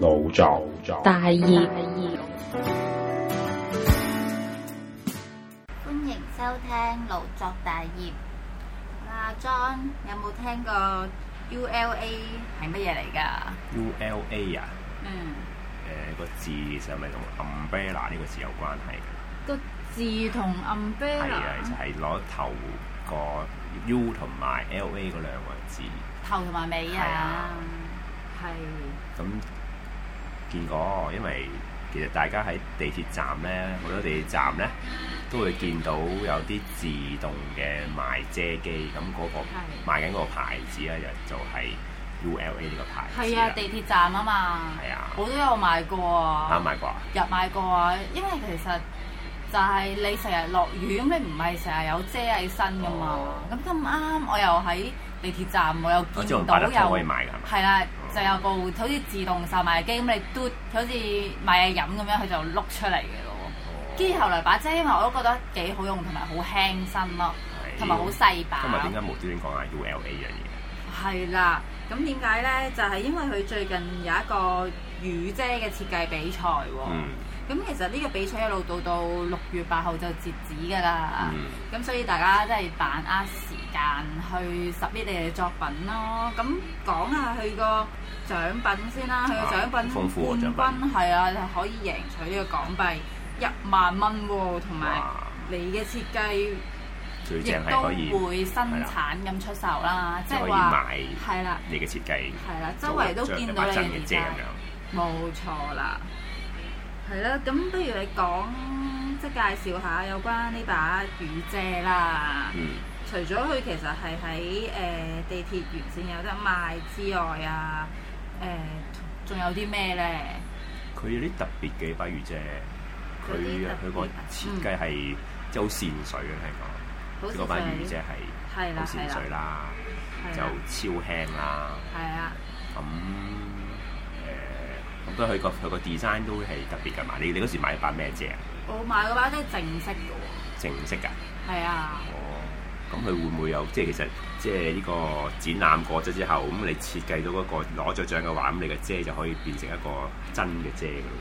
腦作大業，歡迎收聽勞作大業。阿 John 有冇聽過 ULA 係乜嘢嚟㗎？ ULA 啊，嗯，誒、個字其實係咪同 umbrella 呢個字有關係㗎？個字同 umbrella 係啊，就係攞頭個 U 同埋 LA 嗰兩個字，頭同埋尾係啊啊，係咁見過，因為其實大家喺地鐵站咧，好多地鐵站咧都會見到有啲自動嘅賣遮機，咁嗰、個係賣緊嗰個牌子咧，就就係 ULA 呢個牌子係啊，啦地鐵站啊嘛，係啊我都有賣過啱啊，買過啊，入賣過啊，因為其實。就係你成日落雨，咁你唔係成日有遮喺身噶嘛？咁咁啱，我又喺地鐵站，我我又知道見百到德可以有買㗎，係咪？係啦，就有部好似自動售賣機咁，你嘟好似買嘢飲咁樣，佢就碌出嚟嘅咯哦喎。跟住後來把遮，因為我都覺得幾好用，同埋好輕身咯，係同埋好細把。今嗯日點解無端端講下 ULA 呢樣嘢？係啦，咁點解咧？就係、因為佢最近有一個雨遮嘅設計比賽喎。嗯咁其實呢個比賽一路到到六月八號就截止㗎啦，嗯咁、所以大家真係把握時間去 submit 你哋嘅作品咯。咁講下佢個獎品先啦，佢啊個獎豐富喎品獎冠品軍係啊，就可以贏取呢個港幣一萬蚊喎，同埋哇你嘅設計最亦正係可以都會生係啦產咁出售啦，即即係可係以話買係啦，你嘅設計，係啦，周圍都見到你真嘅嘅啊 design 遮咁樣。冇錯啦，係啦，咁不如你講即係介紹下有關呢把雨遮啦。嗯，除咗佢其實係喺誒呃地鐵沿線有得賣之外啊，誒、仲有啲咩咧？佢有啲特別嘅比喻啫，佢嗯佢個設計係即係好善水嘅聽講，好似即係嗰把雨遮係係啦好係善啦水啦，係就啦超輕啦，係啊咁誒咁都佢個佢個 design 都係特別㗎嘛。你你嗰時買把咩遮啊？我買嗰把都係正式嘅喎，正式㗎？係啊，哦，咁佢會唔會有即係其實即係呢個展覽過咗之後，咁你設計到嗰個攞咗獎嘅話，咁你嘅遮就可以變成一個真嘅遮㗎咯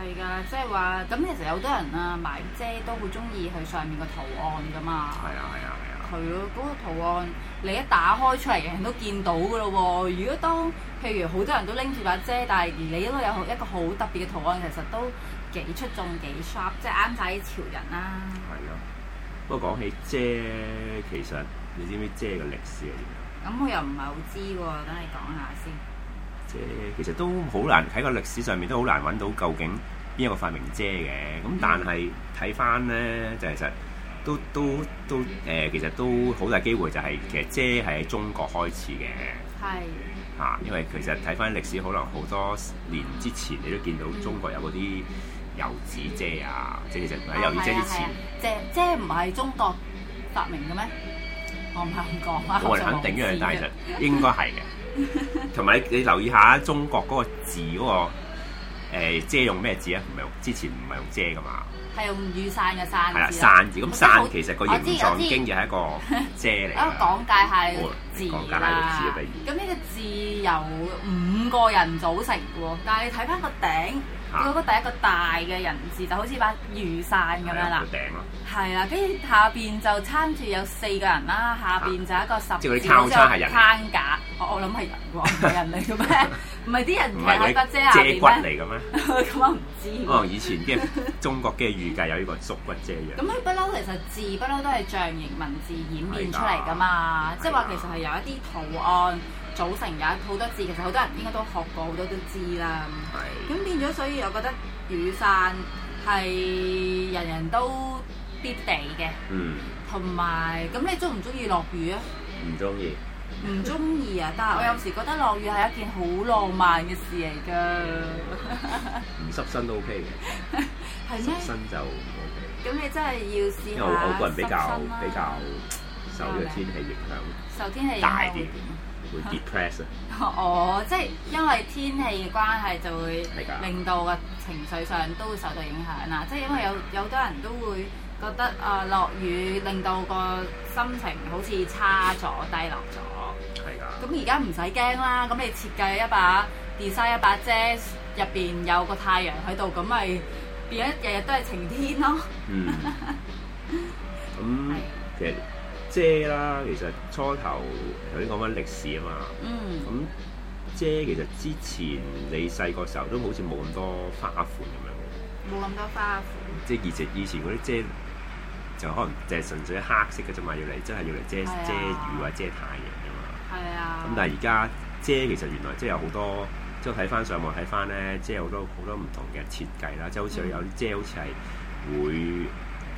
係㗎，即係話咁其實有好多人啊買遮都好中意佢上面個圖案㗎嘛。喎。係啊係啊係啊，係咯，嗰、個圖案你一打開出嚟，人都見到噶咯喎。如果當譬如好多人都拎住把遮，但係而你都有一個好特別嘅圖案，其實都幾出眾、幾 sharp，即係啱晒啲潮人啦。係咯。不過講起遮，其實你知唔知遮嘅歷史係點樣？咁我又唔係好知喎，等你講下先。遮其實都好難喺個歷史上面都好難揾到究竟邊一個發明遮嘅。咁但係睇翻呢，就其實都都都誒、其實都好大機會就係、其實遮係喺中國開始嘅。係啊，因為其實睇翻歷史，可能好多年之前你都見到中國有嗰啲油紙遮啊，即係其實哦喺油紙遮之啊前，遮遮唔係中國發明嘅咩？我唔係咁講啊，我哋肯定一樣，但係其實應該係嘅。 同埋你你留意下中國嗰個字嗰、個、呃、遮用咩字啊？唔係用之前唔係用遮噶嘛，係用雨傘嘅傘係啦，字啦傘字。我咁真係好傘其實個我知形我狀知已經就係一個遮 嚟啊，㗎。講解下呢個好字講解啦下呢個字啊。不咁呢個字由五個人組成喎，但係你睇翻個頂，啊佢嗰個第一個大嘅人字就好似把雨傘係咁樣啊啦啦，個頂咯，係啦，跟住下邊就撐住有四個人啦，下邊就一個十即係嗰啲字交叉係人嚟嘅撐架，我我諗係人喎，唔係人嚟 嘅咩？唔係啲人唔騎係喺嗰個遮下啲遮骨邊咩？嚟嘅咩？ 咁我唔知喎。可能哦以前嘅中國嘅預計有呢個縮骨遮嘅。咁佢不嬲，其實字不嬲都係象形文字演變出嚟噶係㗎嘛，啊即係話其實係有一啲圖案組成有好多字，其實好多人應該都學過，好多都知啦。係咁變咗，所以我覺得雨傘係人人都必備嘅，嗯，同埋咁你中唔中意落雨啊？唔中意。唔中意啊，但係我有時覺得落雨係一件好浪漫嘅事嚟㗎，唔濕身都 OK 嘅，係咩濕？身就唔 OK。咁你真係要試因下為我我個人比啊濕較身啦比較受呢個天氣影響，受天氣影響大會啲點啊會 depress 啊。哦，即係因為天氣嘅關係，就會係㗎令到個情緒上都會受到影響啦。即係因為有有好多人都會覺得啊落、雨令到個心情好似差咗、低落咗。係㗎，啊咁而家唔使驚啦，咁你設計一把 design 一把遮入邊有個太陽喺度，咁咪變咗日日都係晴天咯。嗯， 咁其實遮啦，其實初頭頭先講緊歷史啊嘛，嗯，咁遮其實之前你細個時候都好似冇咁多花款咁樣嘅，冇咁多花款。即係以前以前嗰啲遮就可能就係純粹黑色嘅啫嘛，要嚟真係要嚟遮係啊遮雨或者遮太陽㗎嘛。係啊。咁但係而家遮其實原來遮有好多，即係睇翻上網睇翻咧，遮有好多好多唔同嘅設計啦，即係好似有嗯啲遮好似係會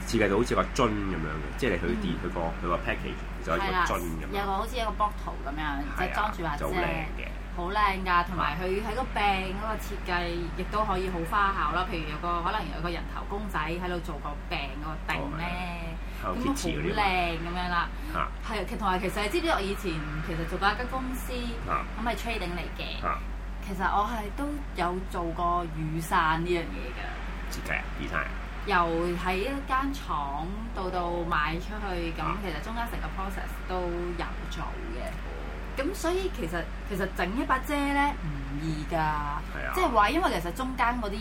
設計到好似個樽咁樣嘅，即係你去啲佢個佢個 package 就係嗯係個啦樽咁有個樣，好似一個 bottle 咁樣，即係係裝啊住把，遮就好靚，嘅。好靚㗎。同埋佢喺個柄嗰個設計，亦都可以好花巧啦。譬如有個可能有個人頭公仔喺度做個柄嗰個頂咧，咁 Hello 好 Kitty 嗰啲嘛靚咁樣啦。嚇係，啊其同埋其實你知唔知我以前其實做過一間公司，嚇咁係 trading 嚟嘅。嚇其實我係都有做過雨傘呢樣嘢㗎。設計啊 design 啊由喺一間廠到到賣出去，咁啊其實中間成個 process 都有做嘅。咁所以其實其實整一把遮咧唔易㗎，啊即係話因為其實中間嗰啲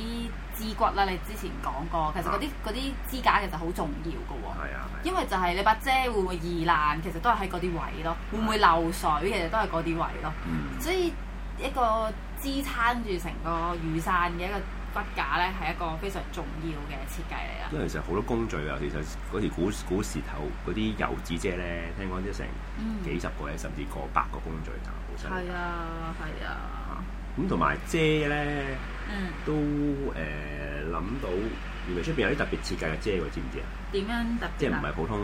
支骨啦，你之前講過，其實嗰啲嗰啲支架其實好重要㗎喎。係啊啊係因為就係你把遮會唔會易爛，其實都係喺嗰啲位咯；會唔會漏水，其實都係嗰啲位咯。嗯所以一個支撐住成個雨傘嘅一個骨架咧，係一個非常重要嘅設計嚟啦。因為其實好多工序啊，其實嗰時古古時頭嗰啲油紙遮咧，聽講都成嗯幾十個咧，甚至過百個工序㗎，好犀利係。啊，係啊，咁同埋遮咧。嗯，都誒呃諗、到原來出邊有啲特別設計嘅遮喎，知唔知啊？點樣特別啊？即係唔係普通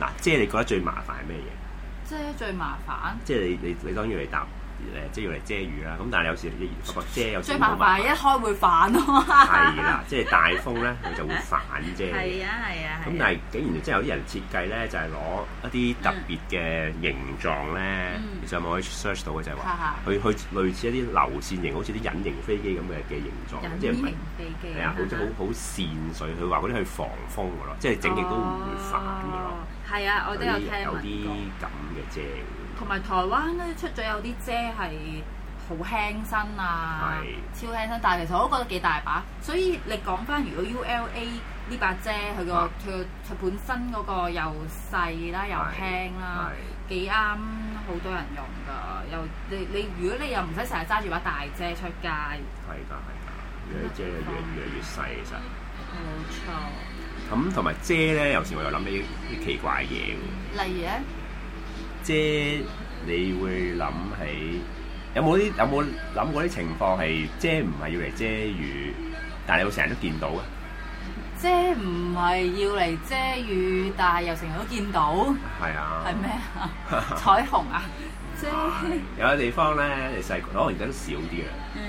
嗱遮？你覺得最麻煩係咩嘢？即係最麻煩。即係你你你當然要嚟搭誒，即係要嚟遮雨啦。咁但係有時你發覺遮有時最好麻煩係一開會反啊嘛。 係啦，即係大風咧，佢就會反遮嘅。係啊，係啊，咁但係竟然真係有啲人設計咧，就係攞一啲特別嘅形狀咧，嗯你上網可以 search 到嘅就係哈話哈，佢佢類似一啲流線型，好似啲隱形飛機咁嘅嘅形狀，隱即係唔係形飛機係啊，好似好好善水，佢話嗰啲去防風嘅咯，即係整極都唔會反嘅咯哦。係啊，我都有聽啲有聞啲過。咁嘅遮同埋台灣咧出咗有啲遮係好輕身啊，超輕身，但係其實我都覺得幾大把。所以你講翻，如果 ULA 呢把遮佢個啊佢個佢本身嗰個又細啦，又輕啦，係幾啱好多人用㗎。又你你如果你又唔使成日揸住把大遮出街，係㗎係㗎，越遮越越嚟越細其實。嗯冇錯。咁同埋遮咧，有時我又諗起啲奇怪嘢喎。例如咧，遮你會諗起有冇啲有冇諗過啲情況係遮唔係要嚟遮雨，但係你會成日都見到嘅。遮唔係要嚟遮雨，但係又成日都見到，係啊，係咩 啊？彩虹啊，遮，有啲地方咧，你細個可能而家都少啲啦。嗯。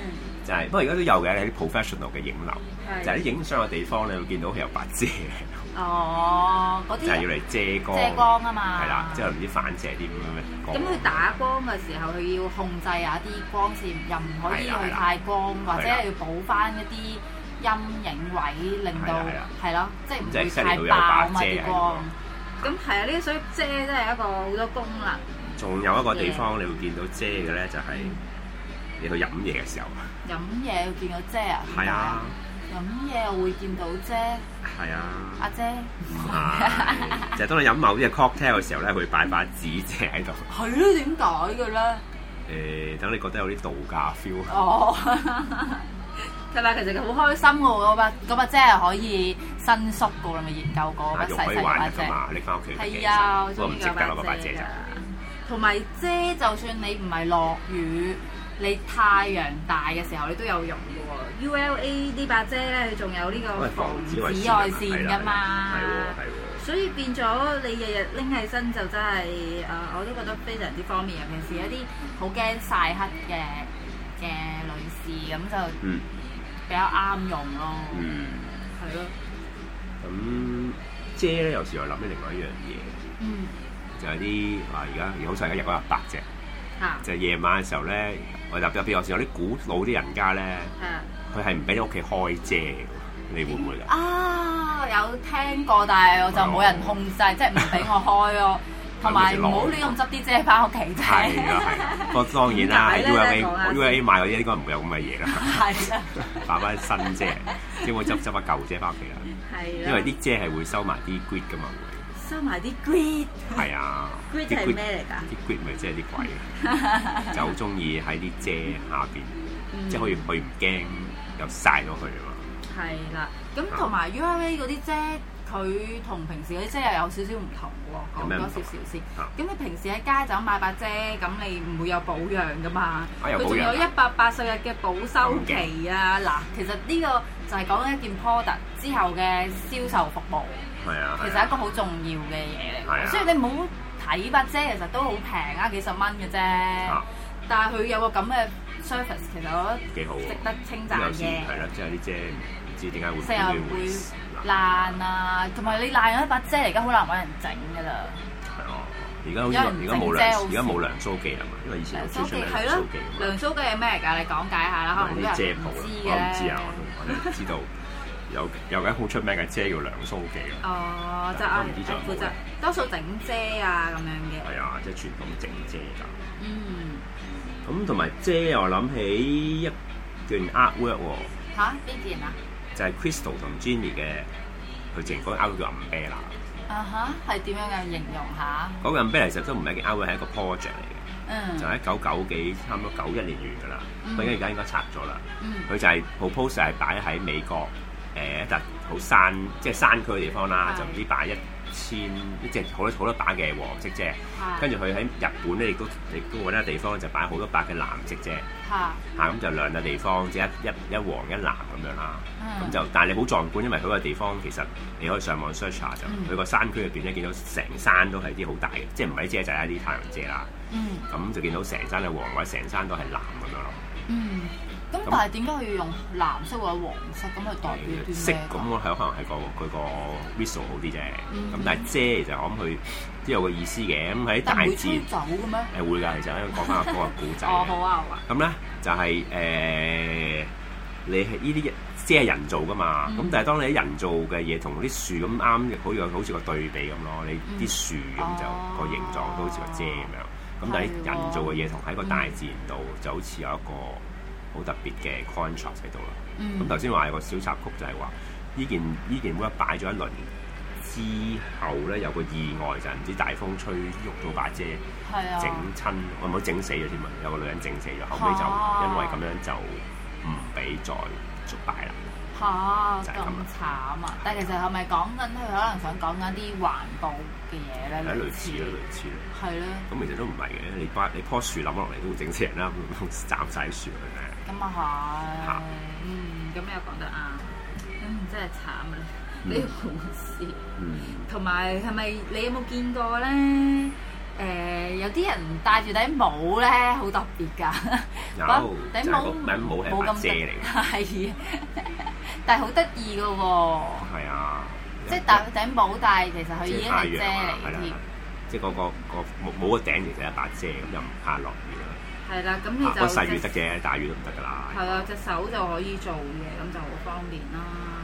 就係、不過而家都有嘅，你啲 professional 嘅影樓，係就係啲影相嘅地方，你會見到佢有白遮， Ờ, 哦，嗰就係要啲嚟遮光，遮光啊嘛係啦，之後唔知反射啲咁樣嘅光。咁佢打光嘅時候，佢要控制下啲光線，又唔可以係啦去係啦太光，或者係啦要補翻一啲陰影位，令到係啦係咯，即係唔即會係太犀利到有爆把嘛遮喺啲度光。咁係啊，呢個所以遮真係一個好多功能。仲有一個地嗯方你會見到遮嘅咧，就係你去飲嘢嘅時候，飲嘢會見到遮啊？點解係啊，飲嘢我會見到遮，係啊。阿姐。係，就係當你飲某啲嘅 cocktail 嘅時候咧，會擺把紙遮喺度，係咯，點解嘅咧？誒，等你覺得有啲度假 feel。哦， 同埋其實佢好開心嘅喎，嗰把嗰把遮係可以伸縮嘅喎，你咪研究過啊把仲細可以細嗰把玩遮㗎。嘛，拎翻屋企嘅。係啊，我不過中唔意值嗰得咯，嗰把把遮遮就㗎。同埋遮，就算你唔係落雨，你太陽大嘅時候，你都有用嘅喎。ULA 呢把遮咧，佢仲有呢因個為防防紫紫外線外係線啦㗎嘛。係喎係喎。所以變咗你日日拎起身就真係誒、呃我都覺得非常之方便，尤其是一啲好驚曬黑嘅嘅女士，咁就嗯比較啱用咯，嗯，係咯，咁遮咧有時我諗起另外一樣嘢，嗯就係啲啊而家好似而家日嗰日白啫，嚇就係夜晚嘅時候咧，我入入邊有時有啲古老啲人家咧，係佢係唔俾你屋企開遮嘅，你會唔會㗎？ 啊有聽過，但係我就冇人控制，即係唔俾我開咯。同埋唔好亂咁執啲遮翻屋企啫。係啊啦，係啦，不過當然啦，喺點解咧 U A 講 U 下 A 買嗰啲應該唔會有咁嘅嘢啦， 係 啦，擺翻新啫，即係會執執一舊啫翻屋企啦。係啦，因為啲遮係會收埋啲 grid 噶嘛，收埋啲 grid，會係啊。 Grid 啲係咩嚟㗎啲 grid 咪即係啲 鬼，就好中意喺啲遮下嗯邊，即係可以佢唔驚又曬到佢啊嘛。係啦，咁同埋 URA 嗰啲遮，佢同平時嗰啲遮又有少少唔同喎。有講咩唔多同少少先。啊咁你平時喺街就咁買把遮，咁你唔會有保養噶嘛？啊有佢保仲養啊有一百八十日嘅保修期啊！嗱，其實呢個就係講緊一件 product 之後嘅銷售服務，係啊，其實係一個好重要嘅嘢係嚟啊㗎。所以你唔好睇把遮，其實都好平啊，幾十蚊嘅啫。啊但係佢有個咁嘅 service，其實我覺幾好得值喎。得稱有讚時嘅。係啦，即係啲遮唔知點解會成日會會會嗱爛啊，同埋你爛咗一把遮，而家好難揾人整噶啦。係哦。而家好似而家冇有梁人整遮好少而家冇梁蘇記啦嘛，因為以前梁有蘇最出記名係梁蘇咯記，啊嘛梁蘇記係咩嚟㗎？你講解下啦，可能同埋啲好遮多人鋪唔啦，知我唔知啊，嘅。我都我哋知道有有間好出名嘅遮叫梁蘇記啦。哦，即係我啊唔知仲有冇負責嘅多數整遮啊咁樣嘅。係啊，即係傳統整遮㗎。Ừ. 嗯，咁同埋遮，我諗起一段 artwork 喎，吓？邊件啊？就係 Crystal 同 Jenny 嘅，佢整嗰個 artwork 叫 umbrella。啊哈，係點樣嘅形容下？嗰個 umbrella 其實都唔係一件 artwork，係一個 project 嚟嘅，嗯就係一九九幾差唔多九一年完㗎啦。嗯不過而家應該拆咗啦。嗯佢就係 propose 係擺喺美國誒一笪好山即係山區嘅地方啦，係就唔知擺一千即係好多好多把嘅黃色啫。係跟住佢喺日本咧，亦都亦都揾一個地方就擺好多把嘅藍色啫。嚇嚇咁就兩笪地方，即係一一一黃一藍咁樣啦。咁嗯就但係你好壯觀，因為佢個地方其實你可以上網 search 下就，嗯佢個山區入邊咧見到成山都係啲好大嘅，即係唔係啲遮就係啲太陽遮啦。嗯咁就見到成山係黃或者成山都係藍咁樣咯。嗯。咁咁但係點解佢要用藍色或者黃色咁去代表啲色咩咁㗎？我係可能係個佢個 whistle 好啲啫。嗯咁但係遮其實我諗佢都有個意思嘅。咁喺但大唔會自吹然走嘅咩？誒會㗎，其實因為講翻個嗰個古仔哦，呢。好啊，好啊。咁咧就係、呃你係呢啲即係人造噶嘛，咁、嗯但係當你啲人造嘅嘢同啲樹咁啱，好似好似個對比咁咯。你嗯啲樹咁就哦個形狀都好似個遮咁樣，咁但係啲係喎人造嘅嘢同喺個大自然度就好似有一個好特別嘅 contrast 喺度啦。嗯咁頭先話有個小插曲就係話，呢件呢件 work 擺咗一輪之後咧，有個意外就係唔知大風吹喐到把遮。係啊。整親，我唔好整死咗添啊！有個女人整死咗，後尾就啊因為咁樣就唔俾再續擺啦。嚇就係咁咁啦慘啊！但係其實係咪講緊佢可能想講緊啲環保嘅嘢咧？係類似啦，類似啦。係啦，咁其實都唔係嘅，你把你樖樹冧落嚟都會整死人啦，唔通 斬晒啲樹嘅咁啊嚇係，嗯，咁又講得啱，嗯，真係慘啊！呢個故事，嗯，同埋係咪你有冇見過咧？誒、有啲人戴住頂帽咧，好特別㗎，有把就係個頂帽係把遮嚟嘅，係啊，但係好得意㗎喎，係啊。即係戴頂帽，但係其實佢已即係經太係陽遮啊，係嚟嘅啦係添啦。，即係個個個冇冇個頂其實係一把遮，咁又唔怕落雨啊啦。係啦，咁你啊不就過細雨得隻嘅，大雨都唔得㗎啦。係啊，隻手就可以做嘅，咁就好方便啦。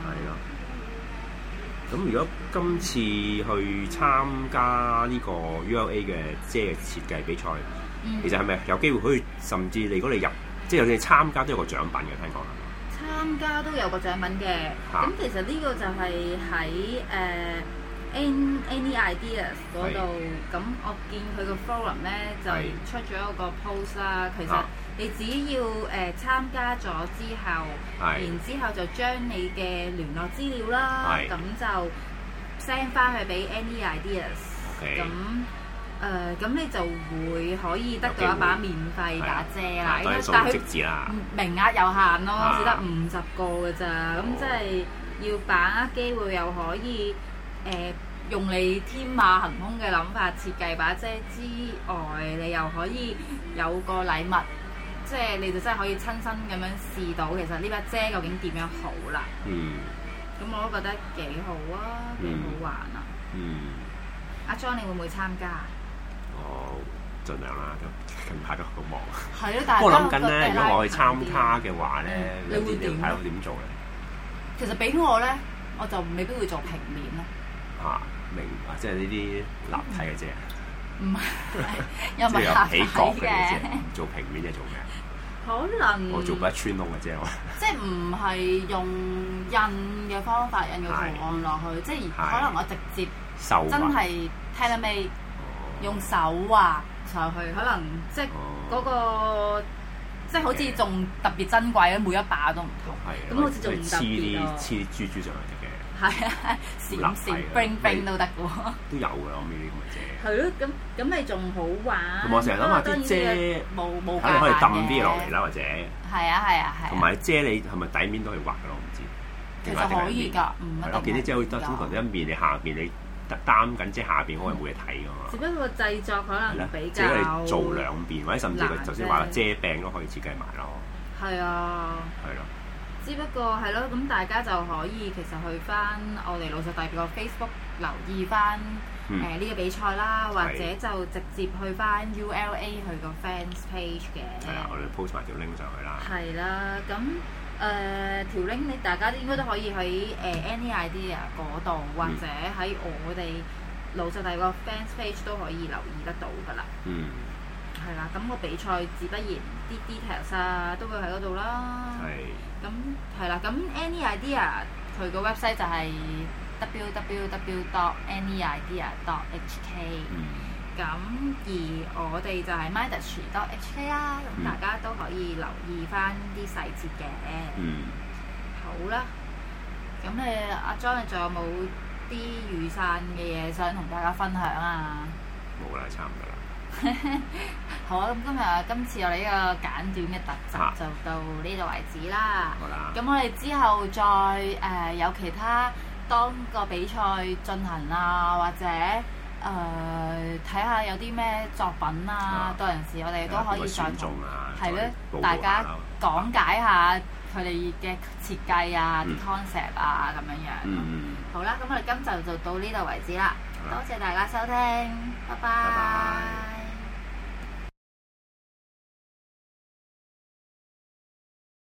係咯。咁如果今次去參加呢個 ULA 嘅遮嘅設計比賽，嗯其實係咪有機會可以甚至你如果你入，即係就算你參加都有個獎品嘅，聽講係參加都有個獎品嘅，嚇咁其實呢個就係喺誒 Any Any Ideas 嗰度，咁我見佢個 forum 咧就係出咗一個 post 啦。其實嚇你只要誒參加咗之後，係然之後就將你嘅聯絡資料啦，係咁就 send 翻去俾 Any Ideas。 OK 咁誒，咁你就會可以得到一把免費打遮咪？啦啊，當然數但目係即佢止啦，名額有限咯啊，只得五十個嘅咋，咁即係要把握機會，又可以誒、用你天馬行空嘅諗法設計把遮之外，你又可以有個禮物，即係你就真係可以親身咁樣試到其實呢把遮究竟點樣好啦。嗯咁我都覺得幾好啊，幾好玩啊！嗯，阿 John 你會唔會參加啊？我盡量啦，咁近排都好忙。係咯，但不過諗緊咧，如果我去參加嘅話咧，嗯你會你點睇啊到點做咧？其實俾我咧，我就未必會做平面咯。嚇，明啊，即係呢啲立體嘅遮。唔係又唔即係有啊係合起體角嘅嘅啫，，唔做平面啫，做咩？可能我做不一穿窿嘅啫，我即係唔係用印嘅方法印個圖案落去，即係係可能我直接手真畫係 t e l e m a 用手畫上去，可能即係哦嗰個即係好似仲特別珍貴每一把都唔同，係啊咁好似仲唔黐特別啊啲咯黐啲珠珠上去嘅，係啊，閃立體閃啊 bling bling 都得嘅喎。都有㗎啦，我呢係咯，咁咁咪仲好玩。同埋我成日諗下啲啊當然遮呢個冇啲冇咁嘅啫，睇你可以抌啲嘢落嚟啦。啦，或者係啊係啊係啊。同埋遮你係咪底面都可以畫㗎咯？我唔知。其實可以㗎，唔一係定咯。我見啲遮好得係㗎通常一面你下邊你擔緊遮下邊嗰個冇嘢睇㗎嘛只。不過製作可係啦能嗯比，即較係你做兩邊，或者甚至佢難頭先話啦啫遮柄都可以設計埋咯，係啊，係咯。只不過係咯，咁大家就可以其實去翻我哋老實大個 Facebook 留意翻嗯誒呢個比賽啦，或者係就直接去翻 ULA 佢個 fans page 係啊啦，我嘅。哋 post 埋條 link 上去啦。係啦，咁誒、條 link 你大家都應該都可以喺誒、Any Idea 嗰度，或者喺我哋老實大個 fans page 都可以留意得到㗎啦。嗯，係啦，咁個比賽自不然啲 details 啊都會喺嗰度啦。係。咁係啦，咁 Any Idea 佢個 website 就係 www.anyidea.hk。嗯，咁而我哋就係 mindtree.hk 啦，嗯啊咁大家都可以留意翻啲細節嘅。嗯，好啦，咁你阿 John 你仲有冇啲雨傘嘅嘢想同大家分享啊？冇啦，差唔多啦。 好啊，咁今日今次我哋呢個簡短嘅特啊輯就到呢度為止啦。好啦咁我哋之後再誒、呃有其他當個比賽進行啊，或者誒睇下有啲咩作品啊啊，到陣時我哋都可以再選同中啊，係咧，咯，大家啊講解下佢哋嘅設計啊、啲嗯 concept 啊咁樣樣。嗯嗯，好啦，咁我哋今集就到呢度為止啦，好多啦謝大家收聽，拜拜。拜拜